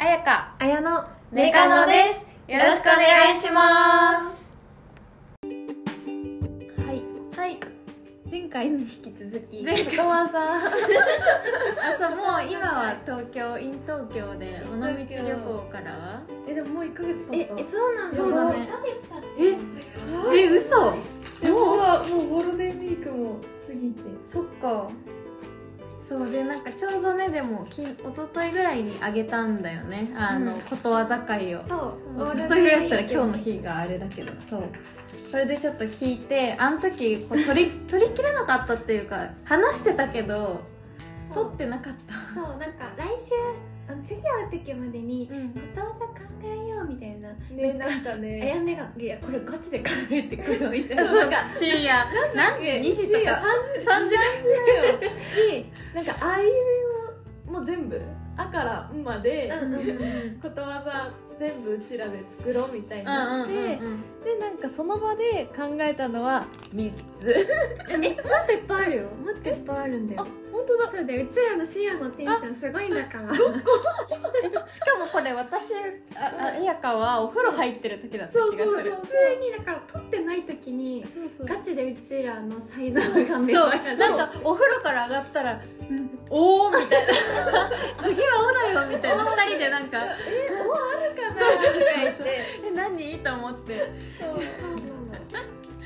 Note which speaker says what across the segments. Speaker 1: あやの
Speaker 2: メカノですよろしくお願いします
Speaker 1: はい
Speaker 2: はい
Speaker 1: 前回に引き続き
Speaker 2: 前回
Speaker 1: ことわざ
Speaker 2: あそうもう今は東京 in 東京で尾道旅行から
Speaker 1: えでももう一ヶ月
Speaker 3: え、えそうなんだ。
Speaker 2: そうだね
Speaker 3: 1ヶ月経っ
Speaker 2: ええ嘘
Speaker 1: えもうもうゴールデンウィークも過ぎて
Speaker 3: そっか。
Speaker 2: そうでなんかちょうどねでもき一昨日ぐらいにあげたんだよねあの、
Speaker 3: うん
Speaker 2: ことわざ会を
Speaker 3: そう。
Speaker 2: 一
Speaker 3: ゴールデン
Speaker 2: 昨日ぐらいしたら
Speaker 3: ウィー
Speaker 2: 今日
Speaker 3: ク
Speaker 2: の日があれだけどそうそれでちょっと聞いてあの時こう取 り取り切れなかったっていうか話してたけど
Speaker 3: そ
Speaker 2: 取
Speaker 3: う
Speaker 2: っ。てなかった
Speaker 3: そうなんか来週あの次会う時までにことわざ考えようみたいな。
Speaker 1: ねなんか
Speaker 3: あ
Speaker 1: ね
Speaker 3: やめがいやこれガチで考えてくるみたい な。
Speaker 2: そうか深夜何時
Speaker 1: え
Speaker 2: 2時とか
Speaker 1: 三時だよ
Speaker 3: に
Speaker 1: なんかあいうもう全部「あ」から「ん」まで、
Speaker 3: うんうんうん。
Speaker 1: ことわざ全部うちらで作ろうみたいな、
Speaker 2: うんうんうんうん
Speaker 1: でなんかその場で考えたのは3つ
Speaker 3: え、もっといっぱいあるよ。もっといっぱいあるんだよ。
Speaker 1: 本当
Speaker 3: そうだよ。うちらの深夜のテンションすごいんだから。
Speaker 2: しかもこれ私ああやかはお風呂入ってる時だった気
Speaker 1: そう
Speaker 2: が
Speaker 1: そう
Speaker 2: す
Speaker 1: そう
Speaker 2: る
Speaker 3: 普通にだから撮ってない時に
Speaker 1: そうそう
Speaker 3: ガチでうちらの才能が
Speaker 2: そ
Speaker 3: 目
Speaker 2: う
Speaker 3: を
Speaker 2: なんかお風呂から上がった ら「うんおお」みたいな「次はおだよ」みたいな2人でなんか「
Speaker 1: かな
Speaker 2: そうそうそう
Speaker 1: みたいな
Speaker 2: え何?」と思って
Speaker 1: そう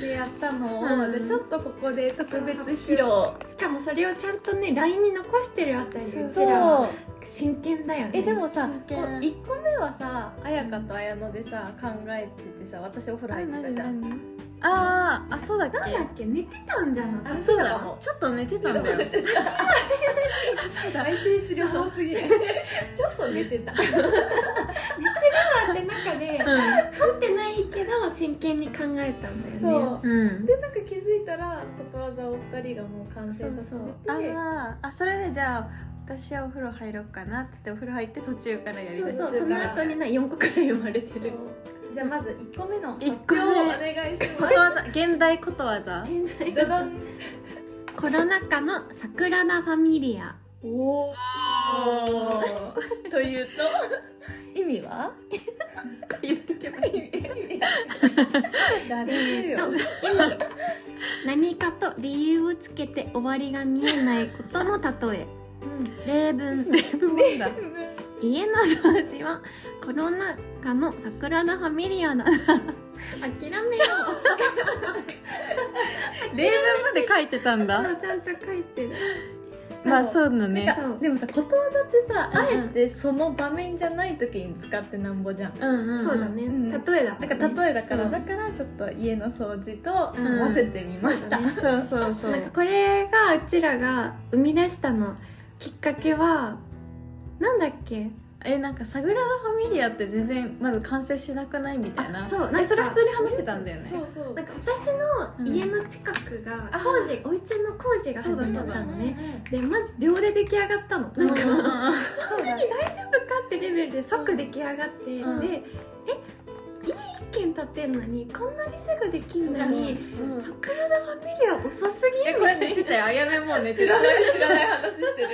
Speaker 1: でやったのを、
Speaker 2: うん
Speaker 1: でちょっとここで特別披露
Speaker 3: しかもそれをちゃんとね LINE に残してるあたりうちら
Speaker 1: そう
Speaker 3: 真剣だよね
Speaker 1: えでもさ
Speaker 2: 真
Speaker 1: こ
Speaker 2: 剣
Speaker 1: う一個目はさ彩香と綾乃でさ考えててさ私お風呂入ってたじゃん
Speaker 2: あーあそうだっけ
Speaker 3: なんだっけ寝てたんじゃない
Speaker 1: あ
Speaker 2: そう
Speaker 1: そうだ
Speaker 2: だ
Speaker 1: かも
Speaker 2: ちょっと寝てたんだよ
Speaker 1: 大ペース量多すぎるちょっと寝てた
Speaker 3: 寝てたって中で撮ってないけど真剣に考えたんだよね
Speaker 1: そう
Speaker 2: うん、うん、
Speaker 1: でなんか気づいたらことわざを二人がもう完成させてて
Speaker 3: そうそう
Speaker 2: あーあそれでじゃあ私はお風呂入ろうかなって言ってお風呂入って途中からやり
Speaker 3: そ
Speaker 2: た
Speaker 3: う
Speaker 2: い
Speaker 3: そうその後にな4個くらい生まれて
Speaker 1: そう
Speaker 3: る
Speaker 1: じゃあまず一個目の発
Speaker 2: 一
Speaker 1: 表
Speaker 2: 個
Speaker 1: を
Speaker 2: 目
Speaker 1: お願いし
Speaker 2: こ
Speaker 1: ま
Speaker 2: とわざ現代ことわ ざ
Speaker 3: 天才
Speaker 1: すダダン
Speaker 3: コロナ禍の桜田ファミリア
Speaker 1: おおというと意味は
Speaker 3: 言ってけばいい
Speaker 1: 誰言うよ
Speaker 3: と今何かと理由をつけて終わりが見えないことの例え例文家の掃除はコロナ禍の桜田ファミリアだ諦めよ
Speaker 2: 例文まで書いてたん
Speaker 3: う
Speaker 2: だ
Speaker 3: もうちゃんと書いてる
Speaker 2: まあそうだね
Speaker 3: そう
Speaker 1: でもさことわざってさ
Speaker 2: うん
Speaker 1: あ
Speaker 2: うん
Speaker 1: えてその場面じゃない時に使ってなんぼじゃん
Speaker 2: うんうんん
Speaker 3: そうだね、
Speaker 1: うん
Speaker 3: 例えだ
Speaker 1: なんか例えだから
Speaker 3: そう
Speaker 1: だからちょっと家の掃除と
Speaker 3: うん
Speaker 1: 合わせてみました
Speaker 3: そうだ
Speaker 2: そうそうそう
Speaker 3: なんかこれがうちらが生み出したのきっかけはなんだっけ
Speaker 2: えなんか「サグラダ・ファミリア」って全然まず完成しなくないみたいな
Speaker 3: あそうな
Speaker 2: え
Speaker 3: んか
Speaker 2: それ普通に話してたんだよね
Speaker 1: そうそう
Speaker 3: なんか私の家の近くが
Speaker 2: うん
Speaker 3: 工事、お家の工事が始まったのね
Speaker 1: ね
Speaker 3: でマジ秒で出来上がったのなんか
Speaker 2: うんうんうん
Speaker 3: 本
Speaker 2: そう
Speaker 3: 当
Speaker 2: だ
Speaker 3: に大丈夫かってレベルで即出来上がって、
Speaker 2: うん
Speaker 3: でえいい一軒建てんのにこんなにすぐできんのに
Speaker 2: うん
Speaker 3: 桜田ファミリア遅すぎ
Speaker 2: えこれ寝てたよあやめもう寝て
Speaker 1: 知
Speaker 2: る
Speaker 1: らない知らない話してる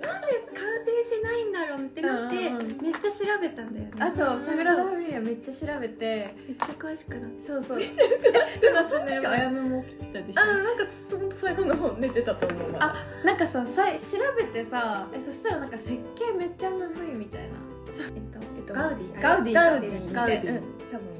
Speaker 3: なんで完成しないんだろうってなって、
Speaker 2: うんうん
Speaker 3: めっちゃ調べたんだよね
Speaker 2: あそう「サグラダ・
Speaker 3: そ
Speaker 2: フ
Speaker 3: う
Speaker 2: ァミリア」めっちゃ調べて
Speaker 3: めっちゃ詳しくなって
Speaker 2: そうそう
Speaker 1: でもそんな
Speaker 2: なんかあやめも起きてたでしょ
Speaker 1: あなんかその最後の方寝てたと思うわ
Speaker 2: あなんかささい調べてさえそしたらなんか設計めっちゃむずいみたいな
Speaker 3: えっと、
Speaker 1: えっと
Speaker 3: ガウディ
Speaker 2: ガウディ
Speaker 1: ガウ
Speaker 3: デ
Speaker 1: デ
Speaker 3: ィ
Speaker 1: ィ
Speaker 2: ガウディ
Speaker 1: うん多分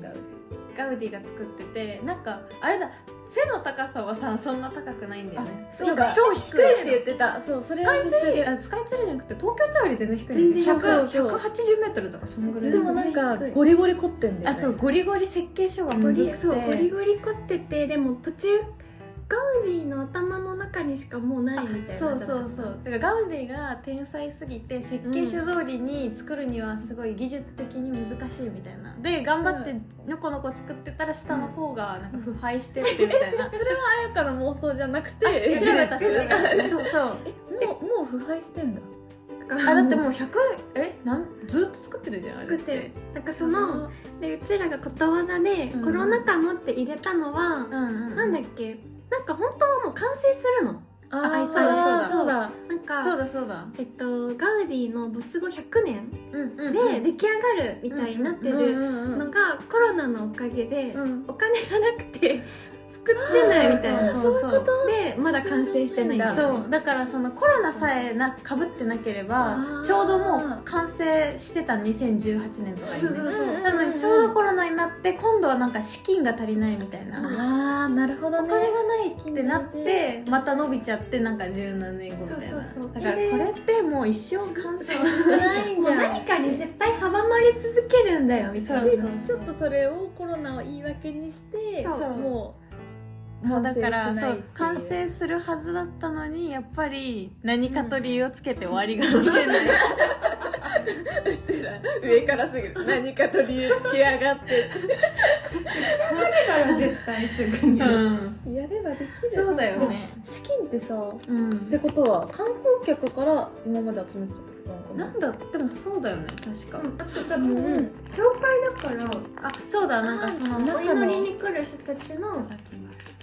Speaker 1: ガウディ
Speaker 2: ガウディが作っててなんかあれだ背の高さはさそんな高くないんだよね
Speaker 1: あそうだ
Speaker 2: なんか超
Speaker 1: 低
Speaker 2: 低
Speaker 1: い
Speaker 2: い
Speaker 1: って言ってたそうそ
Speaker 2: ス
Speaker 1: れ
Speaker 2: カ
Speaker 1: は
Speaker 2: イツリーあスカイツリーじゃなくて東京タワーより全然低い
Speaker 3: 全然低い
Speaker 1: そうそう
Speaker 2: 180メートルとかそのぐらい
Speaker 1: でもなんかゴリゴリ凝ってんだよ、ね、
Speaker 2: あそうゴリゴリ設計書が
Speaker 3: ゴ
Speaker 2: むずく
Speaker 3: リ
Speaker 2: て
Speaker 3: そうゴリゴリ凝っててでも途中ガウディの頭の中にしかもうないみたいな
Speaker 2: そうそうそうだからガウディが天才すぎて設計書通りに作るにはすごい技術的に難しいみたいなで頑張ってのこのこ作ってたら下の方がなんか腐敗してってみたいな、
Speaker 1: それは彩香の妄想じゃなくて
Speaker 2: で調べたし
Speaker 1: 違う違う
Speaker 2: そうそう
Speaker 1: もうもう腐敗してんだ
Speaker 2: あだってもう100えなんずっと作ってるじゃんあれ
Speaker 3: 作ってるなんかその
Speaker 1: あ
Speaker 3: でうちらがことわざで、
Speaker 2: うん
Speaker 3: コロナ禍のって入れたのは、
Speaker 2: うんうん
Speaker 3: なんだっけなんか本当はもう完成するの
Speaker 1: あ
Speaker 3: あ
Speaker 1: ー
Speaker 3: いつ
Speaker 1: そうだ
Speaker 3: は
Speaker 1: そうだ
Speaker 3: なんか
Speaker 2: そうだそうだ
Speaker 3: えっと、ガウディの没後100年
Speaker 2: うんうん
Speaker 3: で出来上がるみたいになって
Speaker 1: うん
Speaker 3: る
Speaker 1: うんう
Speaker 3: の
Speaker 1: ん
Speaker 3: がコロナのおかげで
Speaker 1: うん
Speaker 3: お金がなく て作れないみたいな
Speaker 2: そう
Speaker 1: そういうこと
Speaker 3: でまだ完成してないんだ
Speaker 2: そ
Speaker 3: よね
Speaker 2: うだからそのコロナさえなかぶってなければ
Speaker 3: あー
Speaker 2: ちょうどもう完成してた2018年とか
Speaker 3: そ
Speaker 2: に
Speaker 3: うそう
Speaker 2: ね
Speaker 3: そう
Speaker 1: うん
Speaker 2: なのにちょうどコロナになって今度はなんか資金が足りないみたいな
Speaker 1: あーなるほど
Speaker 2: お
Speaker 1: ね
Speaker 2: 金がないってなっ
Speaker 1: 資金大
Speaker 2: てまた伸びちちゃってなんか十何年後みたいな
Speaker 3: そうそうそう
Speaker 2: だからこれってもう一生完成
Speaker 1: ないん
Speaker 3: も
Speaker 1: じ
Speaker 3: う
Speaker 1: ゃん
Speaker 3: 何かに絶対阻まれ続けるんだよみたいな
Speaker 2: そうそう
Speaker 1: ちょっとそれをコロナを言い訳にして
Speaker 3: そう
Speaker 1: もう
Speaker 2: もうだから
Speaker 1: 完成し
Speaker 2: そ
Speaker 1: な
Speaker 2: う完成
Speaker 1: いっていう
Speaker 2: するはずだったのにやっぱり何かと理由をつけて終わりが見えない、
Speaker 1: うちら 上からすぐ何かと理由つけやがって
Speaker 3: だから絶対すぐに
Speaker 2: うん、
Speaker 1: やればできる
Speaker 2: そうだよね
Speaker 1: 資金ってさっ
Speaker 2: うん
Speaker 1: てことは観光客から今まで集めてたってことなのかな
Speaker 2: なんだでもそうだよね確か、
Speaker 3: だって多
Speaker 1: うんう
Speaker 3: 分
Speaker 1: ん
Speaker 3: 教会だから
Speaker 2: あそうだなんかその
Speaker 1: な
Speaker 3: お祈りに来る人たちの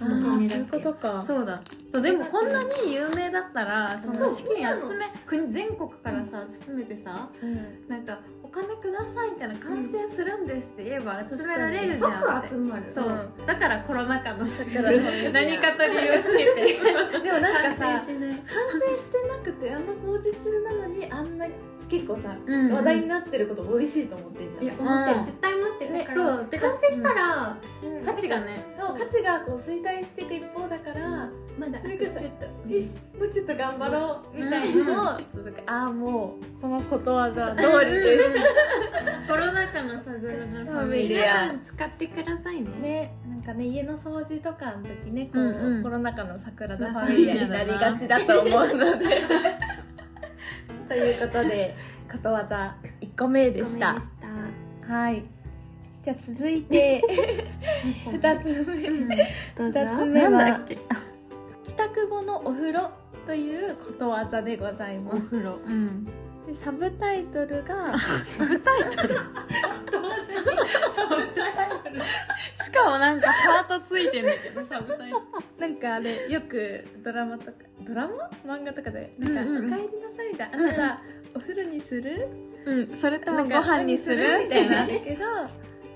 Speaker 1: あ
Speaker 3: お金
Speaker 1: ーそ
Speaker 3: だ
Speaker 1: ういう
Speaker 3: け
Speaker 1: ことか
Speaker 2: そうだそうでもこんなに有名だったらそ
Speaker 1: そう
Speaker 2: の資金集め国全国からさ集めてさ
Speaker 1: うん
Speaker 2: なんか「お金ください」みたいな「完成するんです」って言えば
Speaker 1: うん
Speaker 2: 集められるじゃんっ
Speaker 3: 即
Speaker 2: て
Speaker 3: 集まる
Speaker 2: そう、だからコロナ禍のさ
Speaker 1: だから そ う
Speaker 2: 何かと理由つけて
Speaker 1: でもなんかさ
Speaker 3: しない
Speaker 1: 完成してなくてあんな工事中なのにあんな結構さ、
Speaker 2: うん
Speaker 1: 話題になってることも美味しいと思ってんじゃん
Speaker 3: いや思って
Speaker 2: うん
Speaker 3: る絶対思ってるだから
Speaker 2: そうてか
Speaker 3: 完成したら
Speaker 1: うん
Speaker 2: 価値がね
Speaker 1: そう価値がこう衰退していく一方だから、
Speaker 3: まだ
Speaker 1: それこそ
Speaker 3: ちょっと
Speaker 1: よしもうちょっと頑張ろうみたいなのを、ああもうこのことわざ通りです
Speaker 2: コロナ禍のサグラダ・ファミリー
Speaker 3: 皆さん使ってくださいね
Speaker 1: ねなんかね家の掃除とかの時ねこう、
Speaker 2: うんうん
Speaker 1: コロナ禍の桜田ファミリアになりがちだと思うのでということでことわざ1個目でした
Speaker 3: ごめんでした
Speaker 1: はいじゃあ続いて2つ目
Speaker 3: どうぞ
Speaker 1: 二つ目は
Speaker 2: なんだっけ
Speaker 1: 帰宅後のお風呂ということわざでございま
Speaker 2: お
Speaker 1: す
Speaker 2: 風呂うん
Speaker 1: でサブタイトルが
Speaker 2: どうせサブタイトルしかもなんかハートついてんだけどサブタイトル
Speaker 1: なんかあれよくドラマとかドラマ漫画とかでなんか、
Speaker 2: うんうんうん
Speaker 1: お帰りなさい」みたいな「あなたお風呂にする?
Speaker 2: うん、それ」と
Speaker 1: な
Speaker 2: も
Speaker 1: ん
Speaker 2: ご
Speaker 1: か
Speaker 2: 飯にする
Speaker 1: み
Speaker 2: み
Speaker 1: た
Speaker 2: た
Speaker 1: い
Speaker 2: い
Speaker 1: な
Speaker 2: な
Speaker 1: あるけど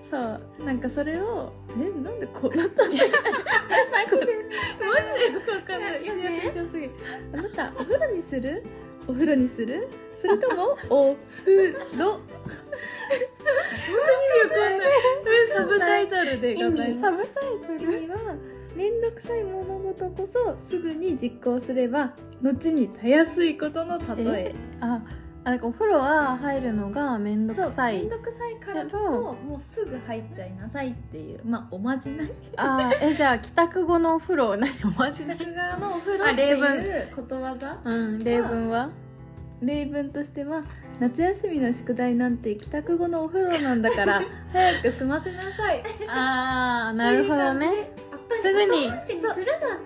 Speaker 1: そうなんかそれを「えなんでこうなったの?」マジでマジでよくわかんない
Speaker 3: いやね
Speaker 1: 幸せ上すぎるあなたお風呂にするお風呂にするそれともお風呂本当によくわかんないサブタイトルでございます
Speaker 2: サブタイ
Speaker 1: 意味は面倒くさい物事こそすぐに実行すれば後にたやすいことの例え
Speaker 2: ああなんかお風呂は入るのがめんど
Speaker 1: そ
Speaker 2: く
Speaker 1: う
Speaker 2: さ
Speaker 1: 面
Speaker 2: い
Speaker 1: 倒くさいからこそもうすぐ入っちゃいなさいっていうまあおまじない
Speaker 2: あーえじゃあ帰宅後のお風呂何おまじない
Speaker 1: 客側のお風呂って
Speaker 2: あ例
Speaker 1: いうことわざ
Speaker 2: うん例文は
Speaker 1: 例文としては夏休みの宿題なんて帰宅後のお風呂なんだから 早く済ませなさい
Speaker 2: ああなるほどね
Speaker 3: すぐに
Speaker 2: 後回
Speaker 3: する
Speaker 1: にす
Speaker 3: なっ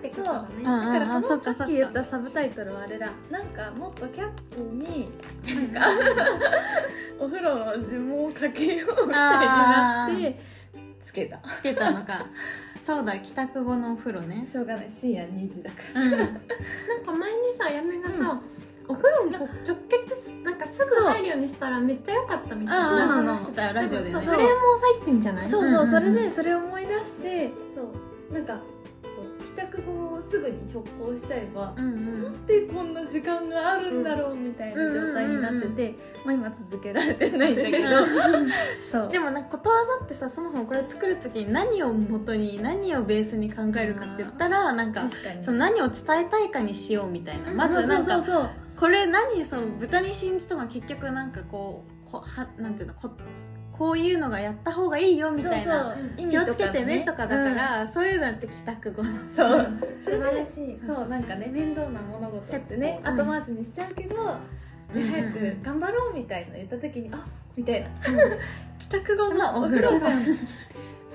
Speaker 3: て
Speaker 1: こと
Speaker 3: こ
Speaker 1: だ
Speaker 3: だ
Speaker 1: ね
Speaker 2: うん
Speaker 3: ね
Speaker 1: だからこ
Speaker 2: そ
Speaker 1: の
Speaker 2: っ
Speaker 1: さ
Speaker 2: かそっか
Speaker 1: っき言ったサブタイトルはあれだなんかもっとキャッチーに なんかお風呂の呪文をかけようみたいになってつけた
Speaker 2: つけたのかそうだ帰宅後のお風呂ね
Speaker 1: しょうがない深夜2時だから
Speaker 2: うん
Speaker 3: なんか前にさやめがさ、お風呂にそ直結なんかすぐ入るようにしたらめっちゃ良かったみたいな
Speaker 2: そうな
Speaker 3: 話
Speaker 2: の
Speaker 3: して
Speaker 2: ラジオで
Speaker 3: そ
Speaker 2: ね
Speaker 3: うそれも入ってんじゃない
Speaker 1: そう
Speaker 2: うんうん
Speaker 1: そううんそれでそれを思い出してそうなんかそう帰宅後をすぐに直行しちゃえば
Speaker 2: うんうん
Speaker 1: でこんな時間があるんだろうみたいな状態になって
Speaker 2: うんうん
Speaker 1: てまあ今続けられてないんだけどそう
Speaker 2: でもなんかことわざってさそもそもこれ作る時に何を元に何をベースに考えるかって言ったらなんか
Speaker 1: 確かに
Speaker 2: その何を伝えたいかにしようみたいなま
Speaker 1: そう
Speaker 2: ず
Speaker 1: そ
Speaker 2: な
Speaker 1: うんそう
Speaker 2: か
Speaker 1: そう
Speaker 2: これ何その豚に真珠とか結局なんかこうこはなんていうのここういうのがやった方がいいよみたいな
Speaker 1: そうそう
Speaker 2: 気をつけてねとかだか、ら、そういうのって帰宅後の
Speaker 1: うんそうそれ
Speaker 3: 素晴ら
Speaker 1: で
Speaker 3: しい
Speaker 1: そうなんかね面倒な物事ってね
Speaker 2: うん
Speaker 1: 後回しにしちゃうけど、で早
Speaker 2: うんう
Speaker 1: く
Speaker 2: ん
Speaker 1: 頑張ろうみたいな言った時にあみたいな帰宅後の
Speaker 2: の
Speaker 1: お
Speaker 2: お
Speaker 1: 風
Speaker 2: 風
Speaker 1: 呂
Speaker 2: 呂
Speaker 1: じゃん
Speaker 2: っ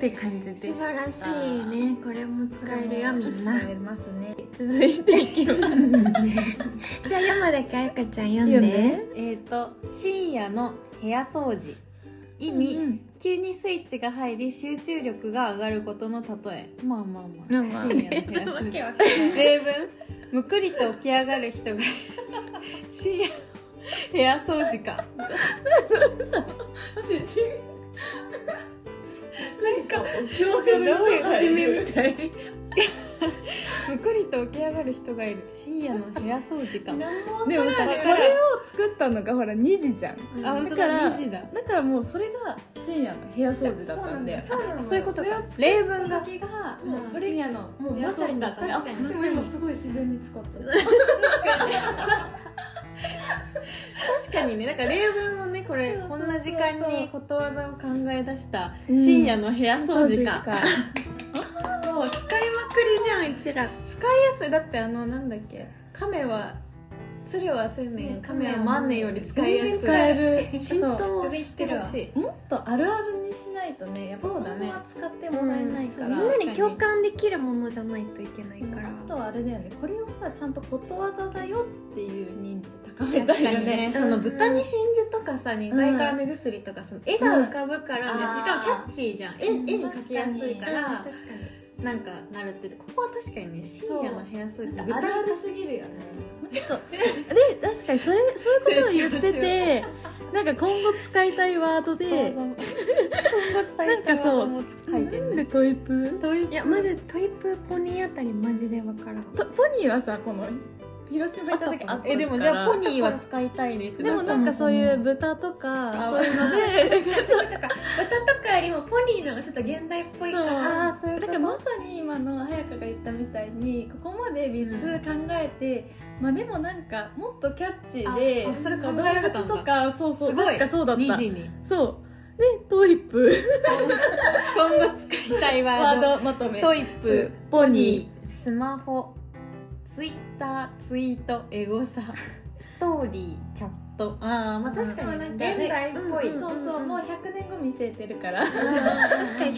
Speaker 2: て感じでし
Speaker 3: 素
Speaker 2: た
Speaker 3: 晴らしいねこれも使えるよみんな
Speaker 1: 使えますね続いていきます
Speaker 3: じゃあ山だけあやかちゃん読んで
Speaker 1: 読んで
Speaker 2: えー、と深夜の部屋掃除意味、急にスイッチが入り集中力が上がることの例えまあまあまあ
Speaker 1: まあまあ
Speaker 2: 深夜の部屋掃除
Speaker 3: わかんない
Speaker 2: 例文むくりと起き上がる人がいる深夜部屋掃除か
Speaker 1: 主人なんか
Speaker 3: 小説の始めみたい
Speaker 2: むくりと起き上がる人がいる深夜の部屋掃除か
Speaker 1: でもさこ
Speaker 2: わからん
Speaker 1: れを作ったのがほら2時じゃん
Speaker 2: あ本当
Speaker 1: だから
Speaker 2: だ2時だ
Speaker 1: だからもうそれが深夜の部屋掃除だったんで
Speaker 4: そうなの
Speaker 2: そういうこととか例文が
Speaker 1: 時が
Speaker 2: うん
Speaker 1: もうそれ深夜の
Speaker 4: もうまさに確
Speaker 1: 部屋掃除だ
Speaker 4: か
Speaker 1: ったね
Speaker 4: に
Speaker 1: でも今すごい自然に使った
Speaker 2: 確かにねなんか例文もねこれこんな時間にことわざを考え出した
Speaker 1: うん
Speaker 2: 深夜の部屋掃除
Speaker 1: か
Speaker 2: かもう使いまくりじゃんうちら使いやすいだってあのなんだっけ亀は鶴は千年
Speaker 4: ね
Speaker 2: 亀は万年より使いやす
Speaker 1: 全然
Speaker 2: い
Speaker 1: 使える
Speaker 2: 浸
Speaker 1: そ
Speaker 2: 透してほしいう
Speaker 1: もっとあるあるにしないとねやっぱ
Speaker 2: そ
Speaker 1: こ
Speaker 2: うだ
Speaker 1: の
Speaker 2: ね
Speaker 1: まま使ってもらえないから、
Speaker 2: うん
Speaker 3: みん
Speaker 2: そ
Speaker 3: なに共感できるものじゃないといけないから、
Speaker 1: あとはあれだよねこれをさちゃんとことわざだよっていう認知高めたいよね
Speaker 2: その豚に真珠とかさ二階から目薬とかその絵が浮かぶからね、
Speaker 1: うん
Speaker 2: しかもキャッチーじゃん絵絵に描きやすいから
Speaker 4: 確かに
Speaker 2: なんかなるってここは確かにね深夜の部屋掃除
Speaker 1: なんかあるあるす
Speaker 4: ぎるよね
Speaker 1: ちょっと で確かにそれそういうことを言っててなんか今後使いたいワードで
Speaker 2: なん
Speaker 1: なんかそう
Speaker 2: 書いて
Speaker 1: なん
Speaker 2: ね
Speaker 1: んでトイプ
Speaker 2: どういう
Speaker 3: いやまずトイプーポニーあたりマジでわからん
Speaker 1: とポニーはさこの広島行った時あったから
Speaker 2: えでもじゃあポニーは使いたいねって
Speaker 1: で
Speaker 2: な
Speaker 1: も
Speaker 2: っ
Speaker 1: な
Speaker 2: た
Speaker 1: ん
Speaker 2: の
Speaker 1: かそういう豚とかそういうので
Speaker 4: それとか豚とかよりもポニーの方がちょっと現代っぽいか
Speaker 1: そう
Speaker 4: ら
Speaker 2: ああそういう
Speaker 1: だ
Speaker 2: こ
Speaker 1: か
Speaker 2: と
Speaker 1: らまさに今の早香が言ったみたいにここまで3つ考えて、まあでもなんかもっとキャッチーで
Speaker 2: ああそれ考えられたんだ
Speaker 1: 動物とかそうそう
Speaker 2: すごい
Speaker 1: 確かそうだった
Speaker 2: 2時に
Speaker 1: そうでトイプ
Speaker 2: 今後使いたいワ
Speaker 1: ワ
Speaker 2: ード
Speaker 1: ードまとめ
Speaker 2: トイプ
Speaker 1: ポ
Speaker 2: に
Speaker 1: ニ
Speaker 2: スマホツイッターツイートエゴサストーリーチャットああまあ確かに
Speaker 4: うん
Speaker 2: 現
Speaker 1: ー
Speaker 2: 代っぽい、
Speaker 1: うんうんそうそうもう100年後見据えてるからそう
Speaker 4: 確かに100年後に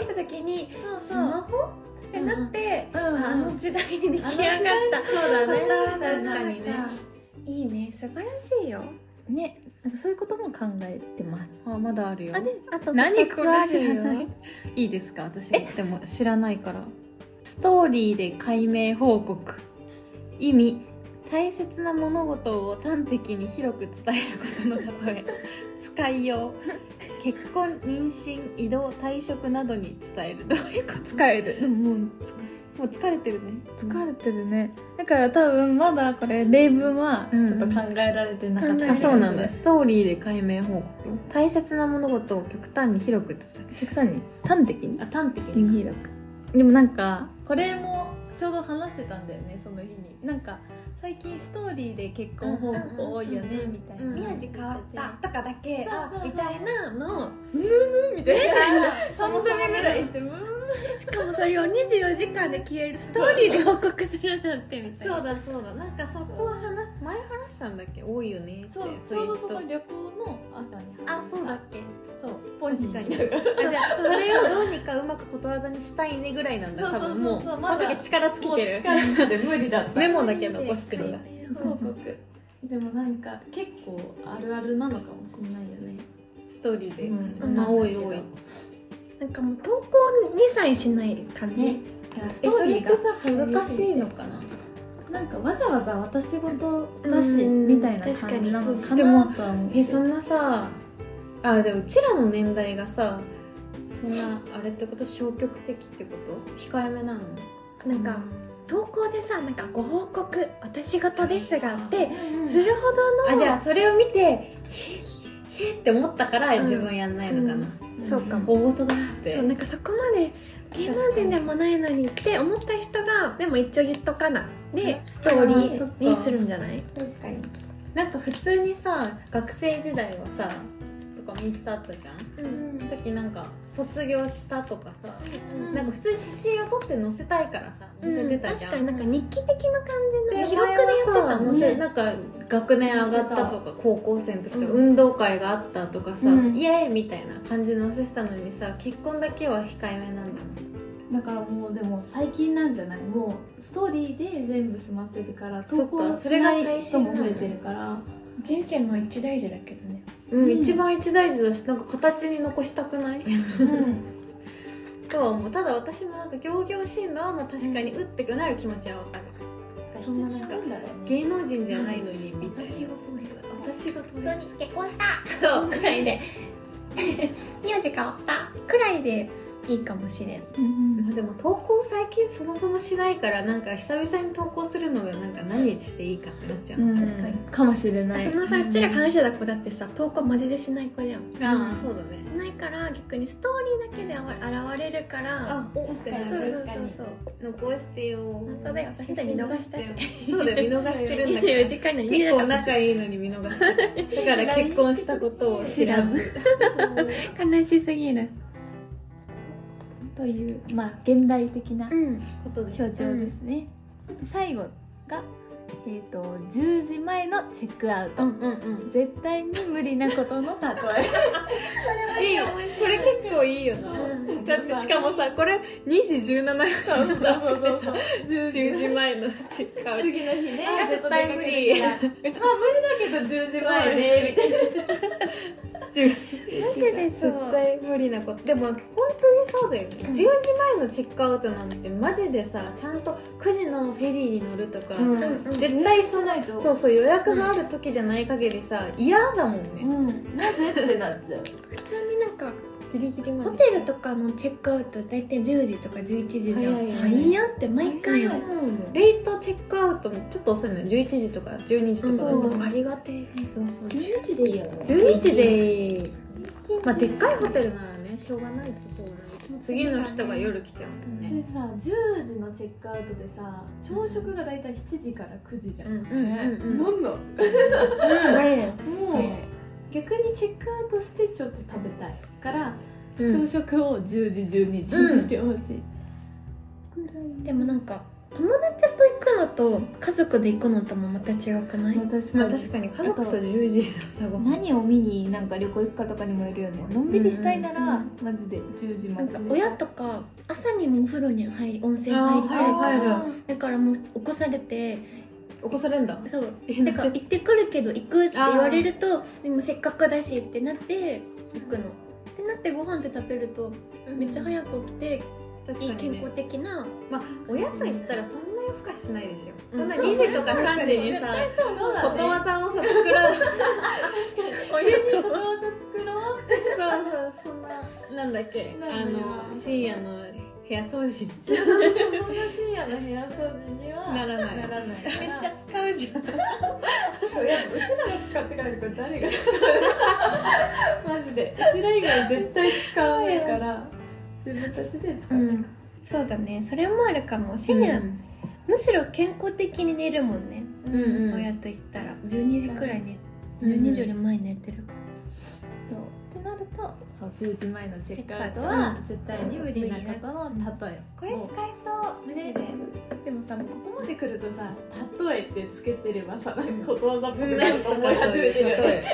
Speaker 4: 来た時にスマホってなって、
Speaker 1: うんうん
Speaker 4: あの時代に出来上がった
Speaker 2: そうだね
Speaker 1: そうだ
Speaker 2: 確かにね
Speaker 3: いいね素晴らしいよ
Speaker 1: ねなんかそういうことも考えてます
Speaker 2: あまだあるよ
Speaker 3: あであと
Speaker 2: 何
Speaker 3: 二つ
Speaker 2: これ
Speaker 3: あ
Speaker 2: 知
Speaker 3: る
Speaker 2: ら
Speaker 3: よ
Speaker 2: ないいいですか私でも知らないからストーリーで解明報告意味大切な物事を端的に広く伝えることの例え使いよう結婚妊娠移動退職などに伝えるどういうこと
Speaker 1: 使えるでももう
Speaker 2: もう疲れてるね
Speaker 1: 疲れてるねだから多分まだこれ例文は
Speaker 2: うん
Speaker 1: ちょっと考えられてなかった、
Speaker 2: あそうなんだストーリーで解明報告大切な物事を極端に広く伝え
Speaker 1: 極端に端的に
Speaker 2: るあ端的に
Speaker 1: にでもなんかこれもちょうど話してたんだよねその日になんか最近ストーリーで結婚報告多いよねみたいな、
Speaker 2: うんうんうん
Speaker 4: 宮地変わったとかだけ
Speaker 1: そうそうそう
Speaker 4: みたいなのを
Speaker 1: みたいな
Speaker 4: そ
Speaker 1: 寒
Speaker 4: もそ
Speaker 1: さ
Speaker 4: も
Speaker 1: めぐらいしても
Speaker 3: しかもそれを24時間で消えるストーリーで報告するなんてみたいな
Speaker 2: そうだそうだなんかそこは話前話したんだっけ多いよねって
Speaker 1: そうち
Speaker 2: そう
Speaker 1: ょ
Speaker 2: いうう
Speaker 1: ど
Speaker 2: 人
Speaker 1: その旅行の朝に
Speaker 2: あそうだっけ
Speaker 1: そうポニ
Speaker 2: 確
Speaker 1: ー
Speaker 2: かに
Speaker 1: だから
Speaker 2: あじゃあそれをどうにかうまくことわざにしたいねぐらいなんだ
Speaker 1: そうそ
Speaker 2: 多
Speaker 1: うそうそう
Speaker 2: 分もう
Speaker 1: ま
Speaker 2: こ
Speaker 1: だ
Speaker 2: の時力尽きてる
Speaker 1: もう疲れてて無理だった
Speaker 2: メモだけ残してるんだ
Speaker 1: 報告でもなんか結構あるあるなのかもしれないよね
Speaker 2: ストーリーで、
Speaker 1: うん
Speaker 2: まあ多い多い
Speaker 4: なんかもう投稿2歳しない感じ、
Speaker 2: ね
Speaker 4: ス
Speaker 2: え
Speaker 4: ト
Speaker 2: そ
Speaker 4: ー
Speaker 2: れ
Speaker 4: リ
Speaker 2: っ
Speaker 4: ー
Speaker 2: て
Speaker 4: が
Speaker 2: さ恥ずかしいのかな
Speaker 1: なんかわざわざ私事だし、
Speaker 4: うん
Speaker 1: みたいな感じなの
Speaker 4: 確
Speaker 1: か
Speaker 2: かに
Speaker 1: なとは思う
Speaker 2: えそんなさあでもうちらの年代がさそんなあれってこと消極的ってこと控えめなの
Speaker 4: なんか投稿でさなんかご報告私事ですがってす
Speaker 2: する
Speaker 4: るほどの
Speaker 2: あじゃあそれを見てへへって思ったから自分やんないのかな、
Speaker 4: そうかも
Speaker 2: 大事だって
Speaker 4: そうなんかそこまで芸能人でもないのにって思った人がでも一応言っとかなでストーリ
Speaker 2: あーそっか
Speaker 4: ーにするんじゃない
Speaker 1: 確かに
Speaker 2: なんか普通にさ学生時代はさとかミスターあったじゃん
Speaker 4: うん
Speaker 2: その時なんか卒業したとかさ、
Speaker 4: うん
Speaker 2: なんか普通に写真を撮って載せたいからさ載せてたじゃ
Speaker 4: 確
Speaker 2: ん、
Speaker 4: かになんか日記的な感じ
Speaker 2: で
Speaker 4: の記
Speaker 2: 記
Speaker 4: 録
Speaker 2: 録
Speaker 4: で
Speaker 2: で
Speaker 4: やって
Speaker 2: や
Speaker 4: た
Speaker 2: ってた
Speaker 4: も
Speaker 2: も
Speaker 4: ん
Speaker 2: ん
Speaker 4: ね
Speaker 2: ねなんか学年上がったとか高校生の時とか運動会があったとかさ、
Speaker 3: うん
Speaker 2: イエーイみたいな感じで載せてたのにさ結婚だけは控えめなんだもん
Speaker 1: だからもうでも最近なんじゃないもうストーリーで全部済ませるから
Speaker 2: そっ
Speaker 1: 投
Speaker 2: か
Speaker 1: 稿
Speaker 2: そ
Speaker 1: し
Speaker 2: れが
Speaker 1: ない
Speaker 2: 最
Speaker 1: 人
Speaker 2: 新な
Speaker 1: も
Speaker 2: の
Speaker 1: 増えてるから
Speaker 4: 人生の一大事だけどね
Speaker 2: うん、
Speaker 1: うん
Speaker 2: 一番一大事だしなんか形に残したくない
Speaker 1: うん
Speaker 2: とは思うただ私もなんか仰々しいのはまあ確かにうってくなる気持ちはわかる、
Speaker 1: ね
Speaker 2: そんななんか
Speaker 1: 必要だろうね
Speaker 2: 芸能人じゃないのにみたいな
Speaker 3: 私事です
Speaker 2: 私事
Speaker 3: 本当に結婚したそうくらいで名字変わったくらいでいいかもしれん
Speaker 2: うん
Speaker 5: ん
Speaker 2: でも投稿最近そもそもしないからなんか久々に投稿するのがなんか何日していいかってなっちゃう、
Speaker 1: うん
Speaker 3: 確かに
Speaker 1: かもしれない
Speaker 3: そのさうちら感謝だ子だってさ投稿マジでしない子じゃん
Speaker 2: ああそうだね
Speaker 3: ないから逆にストーリーだけで現れるから
Speaker 2: お
Speaker 1: 確か
Speaker 3: そう
Speaker 1: に
Speaker 3: そうそうそう
Speaker 2: 残してよ
Speaker 3: 本当だよ私たち見逃したし
Speaker 2: そうだよ見逃してるんだ から
Speaker 3: 24時間に見
Speaker 2: 結
Speaker 3: れな
Speaker 2: 構
Speaker 3: かったし
Speaker 2: 仲いいのに見逃してただから結婚したことを 知らず
Speaker 5: 悲しすぎる
Speaker 1: というまあ現代的な
Speaker 3: うん
Speaker 1: こと象徴ですね、最後がえっ、と10時前のチェックアウト、
Speaker 2: うんうん
Speaker 1: 絶対に無理なことの例え
Speaker 2: いいよこれ結構いいよな、
Speaker 3: うん
Speaker 2: だってしかもさこれ2時17分のさ
Speaker 1: 10
Speaker 2: 10時前のチェックアウト
Speaker 1: 次の日ね
Speaker 2: あ
Speaker 1: ちょっ
Speaker 2: 絶
Speaker 1: と出か
Speaker 2: 対無
Speaker 1: け
Speaker 2: 理
Speaker 1: るからまあ無理だけど10時前ねみたいな
Speaker 3: マジでそう
Speaker 2: 絶対無理なことでも本当にそうだよね、10時前のチェックアウトなんてマジでさちゃんと9時のフェリーに乗るとか、
Speaker 1: う
Speaker 3: う
Speaker 1: ん
Speaker 3: んうん
Speaker 2: 絶対
Speaker 1: そうないと
Speaker 2: そうそう予約がある時じゃない限りさ嫌だもんね、
Speaker 1: ん、なぜってなっちゃう
Speaker 3: 普通になんか
Speaker 2: ギリギリまで
Speaker 3: ホテルとかのチェックアウト大体10時とか11時じゃん
Speaker 2: 早いよね
Speaker 3: 早やって毎回
Speaker 2: うんレイトチェックアウトもちょっと遅いのよ11時とか12時とかだ
Speaker 1: うん
Speaker 2: とありがてえ
Speaker 3: そうそう
Speaker 1: 10時でいいよね
Speaker 2: 12時でいいまあでっかいホテルならねしょうがないっちゃしょうがない次の人が夜来ちゃうんだよね、
Speaker 1: でさ10時のチェックアウトでさ朝食がだいたい7時から9時じゃん、
Speaker 2: うんうん
Speaker 1: ね
Speaker 2: うん
Speaker 1: 飲んの
Speaker 3: ね
Speaker 1: もう逆にチェックアウトしてちょっと食べたいから、
Speaker 2: うん
Speaker 1: 朝食を10時12時にしてほしい、
Speaker 3: でもなんか友達と行くのと家族で行くのともまた違くない
Speaker 1: 私
Speaker 2: まあ確かに家族と10時の差が
Speaker 1: 何を見になんか旅行行くかとかにもよるよねのんびりしたいなら、
Speaker 3: うん
Speaker 1: マジで10時ま
Speaker 3: なん
Speaker 1: で
Speaker 3: か親とか朝にもお風呂に入り温泉
Speaker 2: あ
Speaker 3: 入
Speaker 2: ー
Speaker 3: りた
Speaker 2: 入
Speaker 3: い
Speaker 2: る
Speaker 3: から
Speaker 2: 入
Speaker 3: だからもう起こされて
Speaker 2: 起こされんだ
Speaker 3: そう
Speaker 2: え
Speaker 3: なんか行ってくるけど行くって言われるとでもせっかくだしってなって行くのってなってご飯で食べるとめっちゃ早く起きて
Speaker 2: 確か
Speaker 3: い
Speaker 2: に
Speaker 3: い
Speaker 2: ね
Speaker 3: 健康的な
Speaker 2: まあ親と言ったらそんな夜更かししないでしょ、
Speaker 3: うん
Speaker 2: そんな
Speaker 3: そう
Speaker 2: 2時とか3時にさ
Speaker 1: そうそうだね
Speaker 2: ことわざをさ作らそう
Speaker 1: 親 にことわざ作ろうって
Speaker 2: そうそんななんだっけ
Speaker 1: な
Speaker 2: あ
Speaker 1: んだよ
Speaker 2: の深夜の部屋掃除
Speaker 1: そんな深夜の部屋掃除には
Speaker 2: ならない
Speaker 1: ならないから
Speaker 2: 使うじゃん
Speaker 1: いやうちらが使ってからこれ誰が使うマジでうちら以外絶対使わないから自分たちで使って
Speaker 3: んそうだねそれもあるかもシ
Speaker 2: うん
Speaker 3: むしろ健康的に寝るもんね、
Speaker 2: うんうん
Speaker 3: 親と言ったら12時くらい寝
Speaker 2: うん
Speaker 3: 12時より前に寝てるか
Speaker 1: そうってなるとそう10時前のチェックアウトは絶対に無理なことの例え
Speaker 6: これ使えそうマジで、
Speaker 1: でもさもうここまで来るとさ「例え」ってつけてればさなんかことわざっぽくなると思い始めてるよね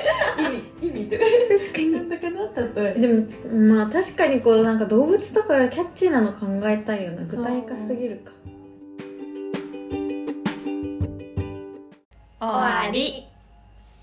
Speaker 1: 意味意味ってね
Speaker 3: ら確かに
Speaker 1: なんだかな例え
Speaker 2: でもまあ確かにこうなんか動物とかキャッチーなの考えたいよな具体化すぎるか
Speaker 6: 終わり